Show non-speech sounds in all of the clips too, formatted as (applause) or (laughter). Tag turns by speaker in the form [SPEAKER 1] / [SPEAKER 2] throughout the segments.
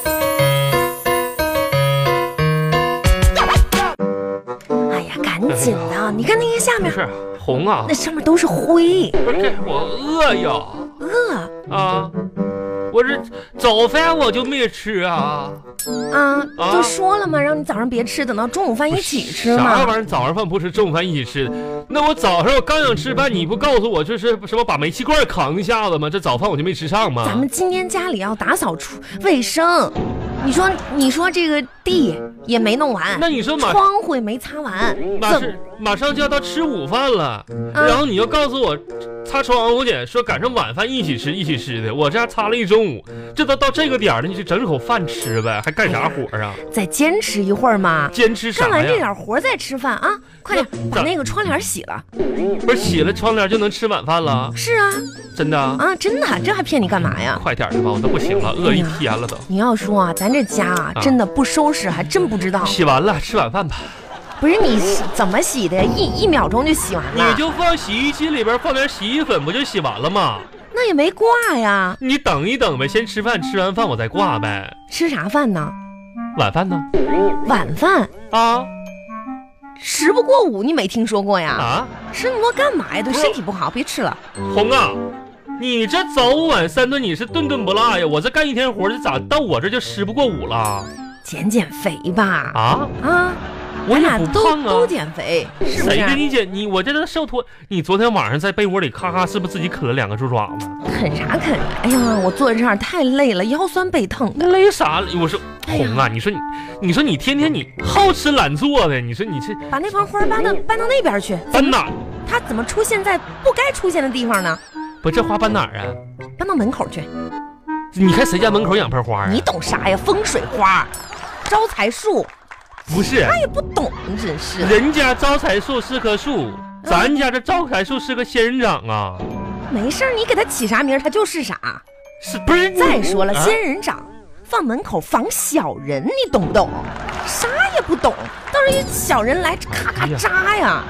[SPEAKER 1] 哎下面
[SPEAKER 2] 哎不是
[SPEAKER 1] (laughs)
[SPEAKER 2] 红啊
[SPEAKER 1] 那，上面都是灰，
[SPEAKER 2] 不是这我饿呀
[SPEAKER 1] 饿
[SPEAKER 2] 啊！我这早饭我就没吃啊，
[SPEAKER 1] 啊，
[SPEAKER 2] 啊
[SPEAKER 1] 就说了嘛，让你早上别吃，等到中午饭一起吃
[SPEAKER 2] 啥玩意
[SPEAKER 1] 嘛。
[SPEAKER 2] 儿？早上饭不吃，中午饭一起吃的。那我早上我刚想吃饭，你不告诉我这是什么把煤气罐扛一下子吗？这早饭我就没吃上吗？
[SPEAKER 1] 咱们今天家里要打扫出卫生，你说你说这个地也没弄完，
[SPEAKER 2] 那你说马
[SPEAKER 1] 窗户也没擦完，
[SPEAKER 2] 马
[SPEAKER 1] 怎么啊
[SPEAKER 2] 上马上就要到吃午饭了，然后你就告诉我擦窗户去，说赶上晚饭一起吃一起吃的，我这还擦了一中午，这都到这个点儿了，你就整口饭吃呗，还干啥活啊？
[SPEAKER 1] 再坚持一会儿嘛？
[SPEAKER 2] 坚持
[SPEAKER 1] 干
[SPEAKER 2] 啥
[SPEAKER 1] 完这
[SPEAKER 2] 呀？
[SPEAKER 1] 点活儿再吃饭啊！快点把那个窗帘洗了。
[SPEAKER 2] 不是洗了窗帘就能吃晚饭了？
[SPEAKER 1] 是啊，
[SPEAKER 2] 真的啊？
[SPEAKER 1] 啊，真的，这还骗你干嘛呀？
[SPEAKER 2] 快点儿的吧，我都不行了，饿一天了都。
[SPEAKER 1] 你要说啊，咱这家啊，
[SPEAKER 2] 啊
[SPEAKER 1] 真的不收拾还真不知道。
[SPEAKER 2] 洗完了，吃晚饭吧。
[SPEAKER 1] 不是你洗怎么洗的呀？一一秒钟就洗完
[SPEAKER 2] 你
[SPEAKER 1] 了，
[SPEAKER 2] 就放洗衣机里边放点洗衣粉，不就洗完了吗？
[SPEAKER 1] 那也没挂呀。
[SPEAKER 2] 你等一等呗，先吃饭，吃完饭我再挂呗。
[SPEAKER 1] 吃啥饭呢？
[SPEAKER 2] 晚饭呢？
[SPEAKER 1] 晚饭
[SPEAKER 2] 啊
[SPEAKER 1] 食不过午，你没听说过呀？
[SPEAKER 2] 啊！
[SPEAKER 1] 吃那么多干嘛呀？对
[SPEAKER 2] 不是
[SPEAKER 1] 身体不好，别吃了。
[SPEAKER 2] 红啊，你这早午晚三顿你是顿顿不落呀？我这干一天活，这咋到我这就食不过午了
[SPEAKER 1] 减减肥吧。
[SPEAKER 2] 啊？
[SPEAKER 1] 啊，
[SPEAKER 2] 我
[SPEAKER 1] 咱
[SPEAKER 2] 也
[SPEAKER 1] 俩
[SPEAKER 2] 不
[SPEAKER 1] 都
[SPEAKER 2] 胖
[SPEAKER 1] 都
[SPEAKER 2] 啊。
[SPEAKER 1] 减肥，是不
[SPEAKER 2] 谁跟
[SPEAKER 1] 是？
[SPEAKER 2] 你姐你我这都受脱？你昨天晚上在被窝里咔咔，是不是自己啃了两个猪爪子？
[SPEAKER 1] 啃啥啃呀？哎呀，我坐在这儿太累了，腰酸背疼的。
[SPEAKER 2] 那勒啥了？我说
[SPEAKER 1] 哎呀
[SPEAKER 2] 红啊，你说你，你说你天天你好吃懒做的，你说你这
[SPEAKER 1] 把那盆花儿搬
[SPEAKER 2] 嗯
[SPEAKER 1] 到搬到那边去，
[SPEAKER 2] 搬哪儿？
[SPEAKER 1] 它怎么出现在不该出现的地方呢？
[SPEAKER 2] 不，这花搬哪儿啊？
[SPEAKER 1] 搬到门口去。
[SPEAKER 2] 哎你看谁家门口养盆花啊？
[SPEAKER 1] 你懂啥呀？风水花，招财树，
[SPEAKER 2] 不是？
[SPEAKER 1] 他也不懂，真是。
[SPEAKER 2] 人家招财树是棵树，
[SPEAKER 1] 嗯
[SPEAKER 2] 咱家这招财树是个仙人掌啊！
[SPEAKER 1] 没事儿，你给它起啥名儿，它就是啥。
[SPEAKER 2] 是不是？
[SPEAKER 1] 再说了，
[SPEAKER 2] 啊
[SPEAKER 1] 仙人掌放门口防小人，你懂不懂？啥也不懂，到时候一小人来，咔咔
[SPEAKER 2] 哎呀
[SPEAKER 1] 扎呀！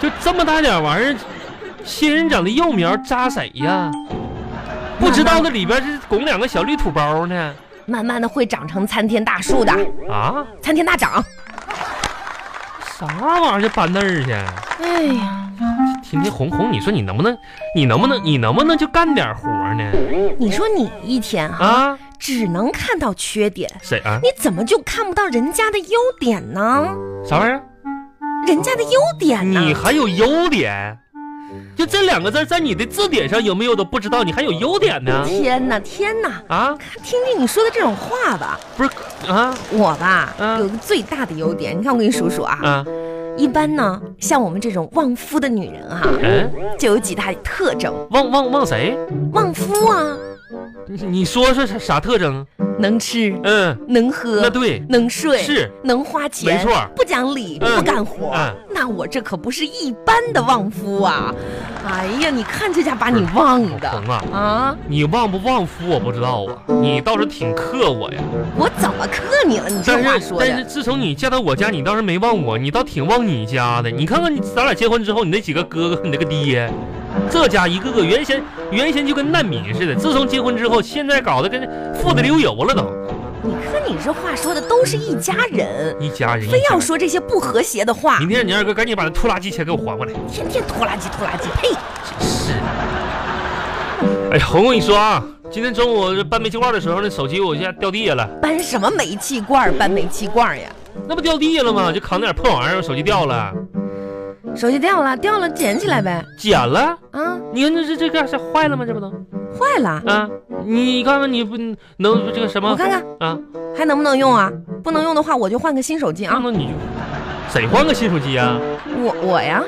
[SPEAKER 2] 就这么大点玩意儿，仙人掌的幼苗扎谁呀？不知道那里边是拱两个小绿土包呢？
[SPEAKER 1] 慢慢的会长成参天大树的，
[SPEAKER 2] 啊，
[SPEAKER 1] 参天大长。
[SPEAKER 2] 啥玩意儿就搬那儿去？
[SPEAKER 1] 哎呀，
[SPEAKER 2] 天天红红，你说你能不能，你能不能，你能不能就干点活呢？
[SPEAKER 1] 你说你一天哈、
[SPEAKER 2] 啊，
[SPEAKER 1] 只能看到缺点，
[SPEAKER 2] 谁啊？
[SPEAKER 1] 你怎么就看不到人家的优点呢？
[SPEAKER 2] 啥玩意儿？
[SPEAKER 1] 人家的优点呢？
[SPEAKER 2] 你还有优点？就这两个字在你的字典上有没有都不知道，你还有优点呢？
[SPEAKER 1] 天哪，天哪！
[SPEAKER 2] 啊，
[SPEAKER 1] 听听你说的这种话吧，
[SPEAKER 2] 不是啊
[SPEAKER 1] 我吧、
[SPEAKER 2] 嗯
[SPEAKER 1] 有一个最大的优点，你看我给你数数啊。
[SPEAKER 2] 啊，
[SPEAKER 1] 一般呢，像我们这种旺夫的女人哈、
[SPEAKER 2] 嗯，
[SPEAKER 1] 就有几大特征。
[SPEAKER 2] 忘忘忘谁？
[SPEAKER 1] 旺夫啊，
[SPEAKER 2] 你你说说啥啥特征？
[SPEAKER 1] 能吃，
[SPEAKER 2] 嗯，
[SPEAKER 1] 能喝，
[SPEAKER 2] 那对，
[SPEAKER 1] 能睡，
[SPEAKER 2] 是
[SPEAKER 1] 能花钱，
[SPEAKER 2] 没错
[SPEAKER 1] 不讲理，
[SPEAKER 2] 嗯
[SPEAKER 1] 不干活。
[SPEAKER 2] 嗯
[SPEAKER 1] 那我这可不是一般的旺夫啊！哎呀，你看这家把你旺的
[SPEAKER 2] 红啊，
[SPEAKER 1] 啊！
[SPEAKER 2] 你旺不旺夫我不知道啊，你倒是挺克我呀。
[SPEAKER 1] 我怎么克你了？你这
[SPEAKER 2] (laughs) 但
[SPEAKER 1] 话
[SPEAKER 2] 是
[SPEAKER 1] 说
[SPEAKER 2] 但是
[SPEAKER 1] 的，
[SPEAKER 2] 自从你嫁到我家，你倒是没旺我，你倒挺旺你家的。你看看你咱俩结婚之后，你那几个哥哥，你那个爹，这家一个个原先原先就跟难民似的，自从结婚之后，现在搞得跟富的流油了都。
[SPEAKER 1] 你看你这话说的都是一家人，
[SPEAKER 2] 一家人，
[SPEAKER 1] 非
[SPEAKER 2] 一家
[SPEAKER 1] 要
[SPEAKER 2] 人
[SPEAKER 1] 说这些不和谐的话
[SPEAKER 2] 明，天让你二哥赶紧把那拖拉机钱给我还过来。
[SPEAKER 1] 天天拖拉机拖拉机，呸！
[SPEAKER 2] 是。哎呀，红红，你说啊，今天中午这搬煤气罐的时候，那手机我一下掉地下了，
[SPEAKER 1] 搬什么煤气罐儿？搬煤气罐儿呀？
[SPEAKER 2] 那不掉地下了吗？就扛那点破玩意儿，我手机掉了，
[SPEAKER 1] 手机掉了，掉了捡起来呗。
[SPEAKER 2] 捡了。
[SPEAKER 1] 啊，
[SPEAKER 2] 你看这这这个是坏了吗？这不都
[SPEAKER 1] 坏了，
[SPEAKER 2] 啊？你看看你不能这个什
[SPEAKER 1] 我
[SPEAKER 2] 么
[SPEAKER 1] 看看
[SPEAKER 2] 啊？
[SPEAKER 1] 还能不能用啊？不能用的话，我就换个新手机啊
[SPEAKER 2] 那。那你就谁换个新手机啊？
[SPEAKER 1] 我我呀，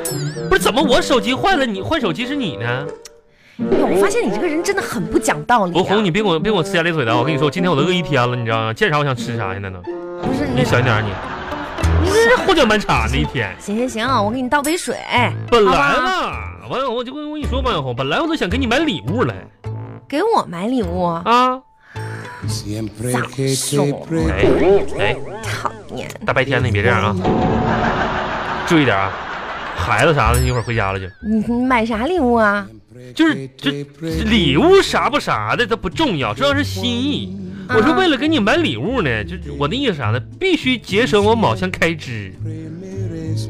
[SPEAKER 2] 不是怎么我手机坏了，你换手机是你呢？
[SPEAKER 1] 哎呦我发现你这个人真的很不讲道理、啊。
[SPEAKER 2] 不红，你别给我别给我呲牙咧嘴的啊，我跟你说，我今天我都饿一天了，你知道吗？见啥我想吃啥现在呢？
[SPEAKER 1] 不是
[SPEAKER 2] 你
[SPEAKER 1] 你
[SPEAKER 2] 小心点儿你，你这胡搅蛮缠的一天。
[SPEAKER 1] 行行行，我给你倒杯水。
[SPEAKER 2] 本来
[SPEAKER 1] 好吧，
[SPEAKER 2] 嘛，王小红，我就跟我跟你说，王小红，本来我都想给你买礼物了
[SPEAKER 1] 给我买礼物，
[SPEAKER 2] 啊！
[SPEAKER 3] Siempre
[SPEAKER 1] Sao
[SPEAKER 3] que te
[SPEAKER 1] sổ?
[SPEAKER 3] pre-
[SPEAKER 2] 哎哎，
[SPEAKER 1] 讨厌。
[SPEAKER 2] 大白天的，你别这样啊，注意点啊，孩子啥的，一会儿回家了就。
[SPEAKER 1] 你你买啥礼物啊？
[SPEAKER 2] 就是这这礼物啥不啥的，它不重要，重要是心意。
[SPEAKER 1] 啊
[SPEAKER 2] 我是为了给你买礼物呢，就是我的意思啥呢？必须节省我某项开支。
[SPEAKER 3] primeres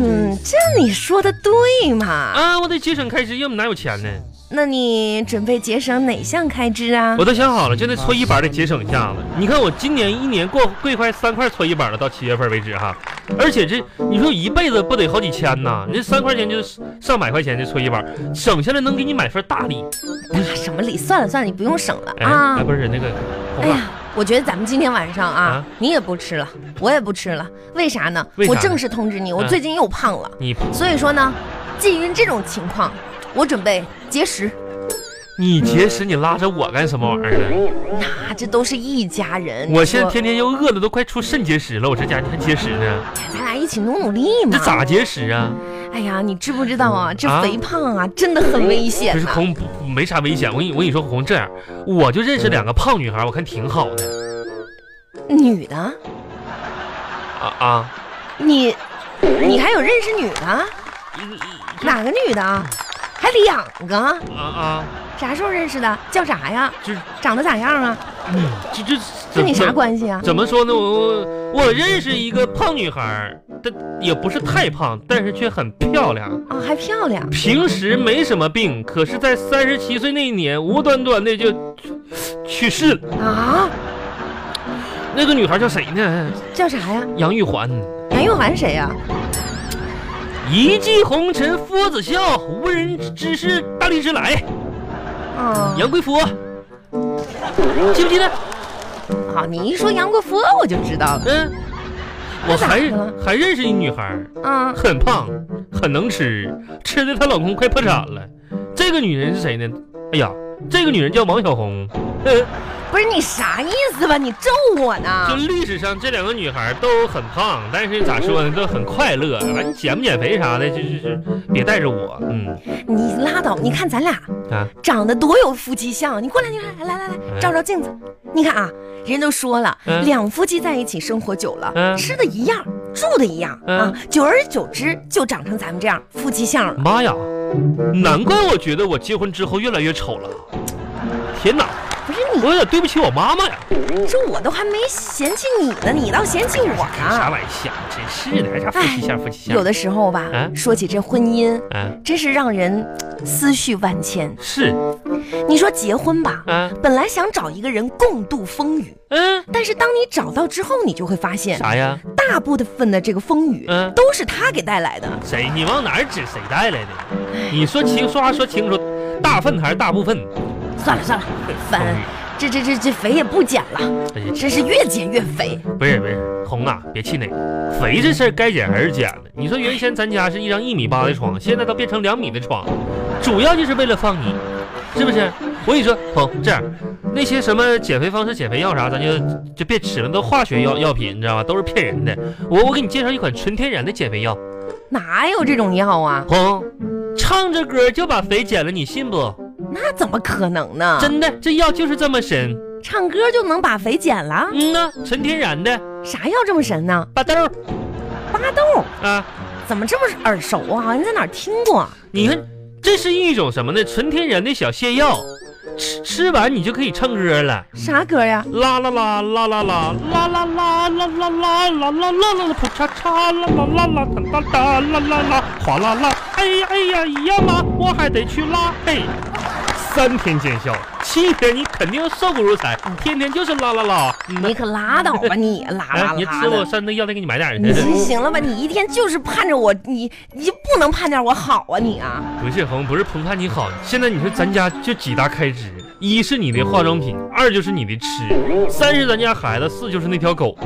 [SPEAKER 1] 嗯，这你说的对嘛？
[SPEAKER 2] 啊，我得节省开支，要不哪有钱呢？
[SPEAKER 1] 那你准备节省哪项开支啊
[SPEAKER 2] 我？都想好了，就那搓衣板得节省一下子。你看我今年一年过贵快三块搓衣板了，到七月份为止哈。而且这你说一辈子不得好几千呐？你这三块钱就是上百块钱的搓衣板，省下来能给你买份大礼。
[SPEAKER 1] 打什么礼？算了算了，你不用省了
[SPEAKER 2] 哎，
[SPEAKER 1] 啊
[SPEAKER 2] 哎。不是那个，
[SPEAKER 1] 哎
[SPEAKER 2] 红花，
[SPEAKER 1] 呀，我觉得咱们今天晚上啊，
[SPEAKER 2] 啊
[SPEAKER 1] 你也不吃了，我也不吃了，为啥呢？
[SPEAKER 2] 为啥
[SPEAKER 1] 我
[SPEAKER 2] 呢
[SPEAKER 1] 正式通知你，我
[SPEAKER 2] 嗯
[SPEAKER 1] 最近又胖了。
[SPEAKER 2] 你
[SPEAKER 1] 所以说呢，基于这种情况，我准备节食。
[SPEAKER 2] 你节食，你拉着我干什么玩意儿呢？
[SPEAKER 1] 啊，这都是一家人。
[SPEAKER 2] 我
[SPEAKER 1] 你
[SPEAKER 2] 现在
[SPEAKER 1] 说哎
[SPEAKER 2] 天天又饿的都快出肾结石了，我这家你还节食呢？
[SPEAKER 1] 咱俩一起努努力嘛。
[SPEAKER 2] 这咋节食啊？
[SPEAKER 1] 哎呀，你知不知道啊？这
[SPEAKER 2] 啊
[SPEAKER 1] 肥胖啊，真的很危险、
[SPEAKER 2] 不是
[SPEAKER 1] 呐。
[SPEAKER 2] 红不没啥危险，我跟你我跟你说红这样，我就认识两个胖女孩，我看挺好的
[SPEAKER 1] 女的，
[SPEAKER 2] 啊啊，
[SPEAKER 1] 你你还有认识女的？
[SPEAKER 2] 嗯
[SPEAKER 1] 哪个女的？啊？还两个？
[SPEAKER 2] 啊啊，
[SPEAKER 1] 啥时候认识的？叫啥呀？
[SPEAKER 2] 就是
[SPEAKER 1] 长得咋样啊？
[SPEAKER 2] 嗯，这这
[SPEAKER 1] 跟你啥关系啊？
[SPEAKER 2] 怎么说呢？我我我认识一个胖女孩儿，但也不是太胖，但是却很漂亮。
[SPEAKER 1] 啊，还漂亮。
[SPEAKER 2] 平时没什么病，可是，在三十七岁那一年，无端端的就去世了。
[SPEAKER 1] 啊，
[SPEAKER 2] 那个女孩叫谁呢？
[SPEAKER 1] 叫啥呀？
[SPEAKER 2] 杨玉环。
[SPEAKER 1] 杨玉环谁呀、
[SPEAKER 2] 一骑红尘夫子笑，无人知是大力之来。
[SPEAKER 1] 啊，
[SPEAKER 2] 杨贵妃，记不记得？
[SPEAKER 1] 好，啊你一说杨国福，我就知道了。
[SPEAKER 2] 嗯，我
[SPEAKER 1] 咋
[SPEAKER 2] 还
[SPEAKER 1] 的了
[SPEAKER 2] 还认识一女孩儿，
[SPEAKER 1] 啊，
[SPEAKER 2] 很胖，很能吃，吃的她老公快破产了。这个女人是谁呢？哎呀，这个女人叫王小红。 (laughs) 呃，
[SPEAKER 1] 不是你啥意思吧？你咒我
[SPEAKER 2] 就
[SPEAKER 1] 呢？
[SPEAKER 2] 历史上这两个女孩都很胖，但是咋说呢，都很快乐。完你减不减肥啥的，就是是别带着我。嗯，
[SPEAKER 1] 你拉倒！你看咱俩
[SPEAKER 2] 啊
[SPEAKER 1] 长得多有夫妻相，啊你过来，你看，来来来，
[SPEAKER 2] 哎
[SPEAKER 1] 照照镜子，你看啊，人都说了，
[SPEAKER 2] 嗯
[SPEAKER 1] 两夫妻在一起生活久了，
[SPEAKER 2] 嗯
[SPEAKER 1] 吃的一样，住的一样
[SPEAKER 2] 嗯
[SPEAKER 1] 啊，久而久之就长成咱们这样夫妻相了。
[SPEAKER 2] 妈呀，难怪我觉得我结婚之后越来越丑了。天哪，
[SPEAKER 1] 不是你
[SPEAKER 2] 我有点对不起我妈妈呀。
[SPEAKER 1] 这我都还没嫌弃你呢，你倒嫌弃我
[SPEAKER 2] 开啥
[SPEAKER 1] 呢。
[SPEAKER 2] 玩笑？真是的，还啥夫妻相夫妻相？
[SPEAKER 1] 有的时候吧，
[SPEAKER 2] 嗯
[SPEAKER 1] 说起这婚姻，
[SPEAKER 2] 嗯，
[SPEAKER 1] 真是让人嘖思绪万千。
[SPEAKER 2] 是
[SPEAKER 1] 你说结婚吧，
[SPEAKER 2] 啊，
[SPEAKER 1] 本来想找一个人共度风雨，
[SPEAKER 2] 嗯，
[SPEAKER 1] 但是当你找到之后，你就会发现，
[SPEAKER 2] 啥呀？
[SPEAKER 1] 大部分的这个风雨
[SPEAKER 2] 嗯
[SPEAKER 1] 都是他给带来的。
[SPEAKER 2] 谁？你往哪儿指？谁带来的？你说清，说话说清楚，大份还是大部分？
[SPEAKER 1] 算了算了，
[SPEAKER 2] 哎
[SPEAKER 1] 反这这这这肥也不减了，
[SPEAKER 2] 呀
[SPEAKER 1] 真是越减越肥。
[SPEAKER 2] 不是不是，红啊，别气馁，肥这事儿该减还是减的。你说原先咱家是一张一米八的床，现在都变成两米的床，主要就是为了放你，是不是？我跟你说，红这样，那些什么减肥方式、减肥药啥，咱就就别吃了，都化学药药品，你知道吧？都是骗人的。我我给你介绍一款纯天然的减肥药，
[SPEAKER 1] 哪有这种药啊？
[SPEAKER 2] 红，唱着歌就把肥减了，你信不？
[SPEAKER 1] 那怎么可能呢？
[SPEAKER 2] 真的，这药就是这么神。
[SPEAKER 1] 唱歌就能把肥减了？
[SPEAKER 2] 嗯呐、纯天然的
[SPEAKER 1] 啥药这么神呢？
[SPEAKER 2] 巴豆儿
[SPEAKER 1] 巴豆
[SPEAKER 2] 啊。
[SPEAKER 1] 怎么这么耳熟啊？好像在哪儿听过。
[SPEAKER 2] 你看，这是一种什么呢？纯天然的小泻药，吃吃完你就可以唱歌了，
[SPEAKER 1] 啥歌呀？
[SPEAKER 2] 啦啦啦啦啦啦啦啦啦啦啦啦啦啦啦啦啦，扑嚓嚓啦啦啦啦哒哒哒啦啦啦，哗啦啦，哎呀哎呀呀妈，我还得去拉嘿。三天见效，七天你肯定瘦骨如柴，天天就是啦啦啦。
[SPEAKER 1] 你可拉倒吧你，拉
[SPEAKER 2] 哎
[SPEAKER 1] 拉，
[SPEAKER 2] 你
[SPEAKER 1] 拉
[SPEAKER 2] 吃我
[SPEAKER 1] 的。
[SPEAKER 2] 山那药再给你买点儿 (laughs)
[SPEAKER 1] 你
[SPEAKER 2] 去。
[SPEAKER 1] 行了吧？你一天就是盼着我，你你就不能盼点我好啊你啊！
[SPEAKER 2] 不是红，不是不盼你好。现在你说咱家就几大开支，一是你的化妆品，二就是你的吃，三是咱家孩子，四就是那条狗，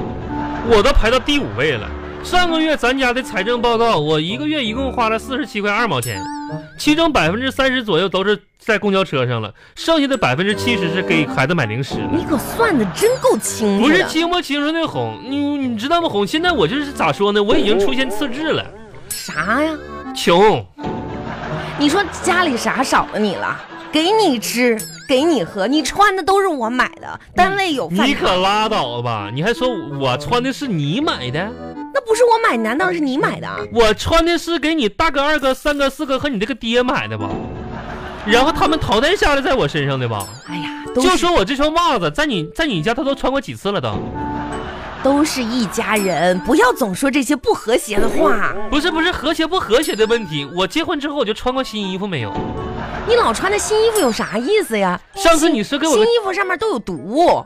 [SPEAKER 2] 我都排到第五位了。上个月咱家的财政报告，我一个月一共花了四十七块二毛钱，其中百分之三十左右都是在公交车上了，剩下的百分之七十是给孩子买零食了。
[SPEAKER 1] 你可算的真够清楚
[SPEAKER 2] 不
[SPEAKER 1] 的。
[SPEAKER 2] 是清不清楚那红，你你知道吗？红，现在我就是咋说呢？我已经出现次质了，
[SPEAKER 1] 啥呀？
[SPEAKER 2] 穷。
[SPEAKER 1] 你说家里啥少了你了？给你吃，给你喝，你穿的都是我买的，单位有饭嗯
[SPEAKER 2] 你
[SPEAKER 1] 堂，
[SPEAKER 2] 可拉倒吧！你还说我穿的是你买的？
[SPEAKER 1] 那不是我买，难道是你买的啊？
[SPEAKER 2] 我穿的是给你大哥、二哥、三哥、四哥和你这个爹买的吧？然后他们淘汰下来在我身上的吧？
[SPEAKER 1] 哎呀，都
[SPEAKER 2] 就是说我这双袜子在你在你家他都穿过几次了都？
[SPEAKER 1] 都是一家人，不要总说这些不和谐的话。
[SPEAKER 2] 不是不是和谐不和谐的问题，我结婚之后我就穿过新衣服没有？
[SPEAKER 1] 你老穿的新衣服有啥意思呀？
[SPEAKER 2] 上次你是给我
[SPEAKER 1] 新
[SPEAKER 2] 个
[SPEAKER 1] 衣服上面都有毒，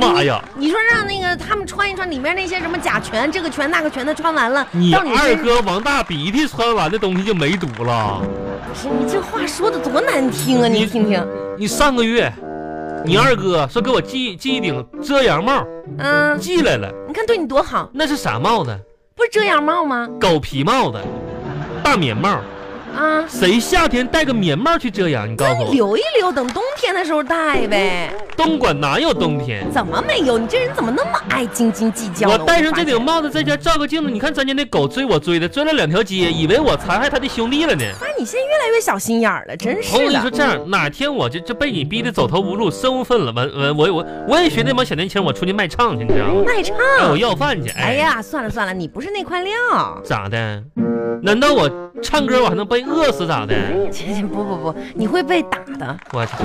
[SPEAKER 2] 妈呀！
[SPEAKER 1] 你说让那个他们穿一穿，里面那些什么甲醛、这个醛那个醛的穿完了，
[SPEAKER 2] 你
[SPEAKER 1] 到你
[SPEAKER 2] 二
[SPEAKER 1] 身上，
[SPEAKER 2] 哥王大鼻涕穿完的东西就没毒了。
[SPEAKER 1] 不是你这话说的多难听啊！你
[SPEAKER 2] 你
[SPEAKER 1] 听听，
[SPEAKER 2] 你上个月，你二哥说给我寄寄一顶遮阳帽，
[SPEAKER 1] 嗯，
[SPEAKER 2] 寄来了，
[SPEAKER 1] 你看对你多好，
[SPEAKER 2] 那是啥帽子？
[SPEAKER 1] 不是遮阳帽吗？
[SPEAKER 2] 狗皮帽子，大棉帽。
[SPEAKER 1] 啊，
[SPEAKER 2] 谁夏天戴个棉帽去遮阳？你告诉
[SPEAKER 1] 那你
[SPEAKER 2] 我，
[SPEAKER 1] 留一留，等冬天的时候戴呗。
[SPEAKER 2] 东莞哪有冬天？
[SPEAKER 1] 怎么没有？你这人怎么那么爱斤斤计较呢？
[SPEAKER 2] 我戴上这顶
[SPEAKER 1] 我
[SPEAKER 2] 帽子，在家照个镜子，你看咱家那狗追我追的，追了两条街，以为我残害它的兄弟了呢。
[SPEAKER 1] 发现，发现你现在越来越小心眼儿了，真
[SPEAKER 2] 我
[SPEAKER 1] 是
[SPEAKER 2] 跟你
[SPEAKER 1] 的。
[SPEAKER 2] 说这样，哪天我就就被你逼得走投无路，身无分文文，我我我也学那帮小年轻，我出去卖唱去，你知道吗？
[SPEAKER 1] 卖唱，
[SPEAKER 2] 让我要饭去。哎
[SPEAKER 1] 哎，呀，算了算了，你不是那块料。 (laughs)
[SPEAKER 2] 咋的？难道我唱歌我还能被饿死咋的？
[SPEAKER 1] 切切不不不，你会被打的。
[SPEAKER 2] 我操！